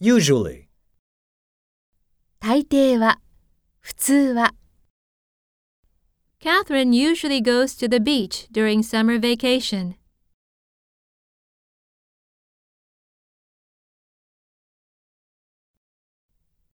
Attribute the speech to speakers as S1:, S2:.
S1: usually,
S2: 大抵は、普通は、
S3: Catherine usually goes to the beach during summer vacation.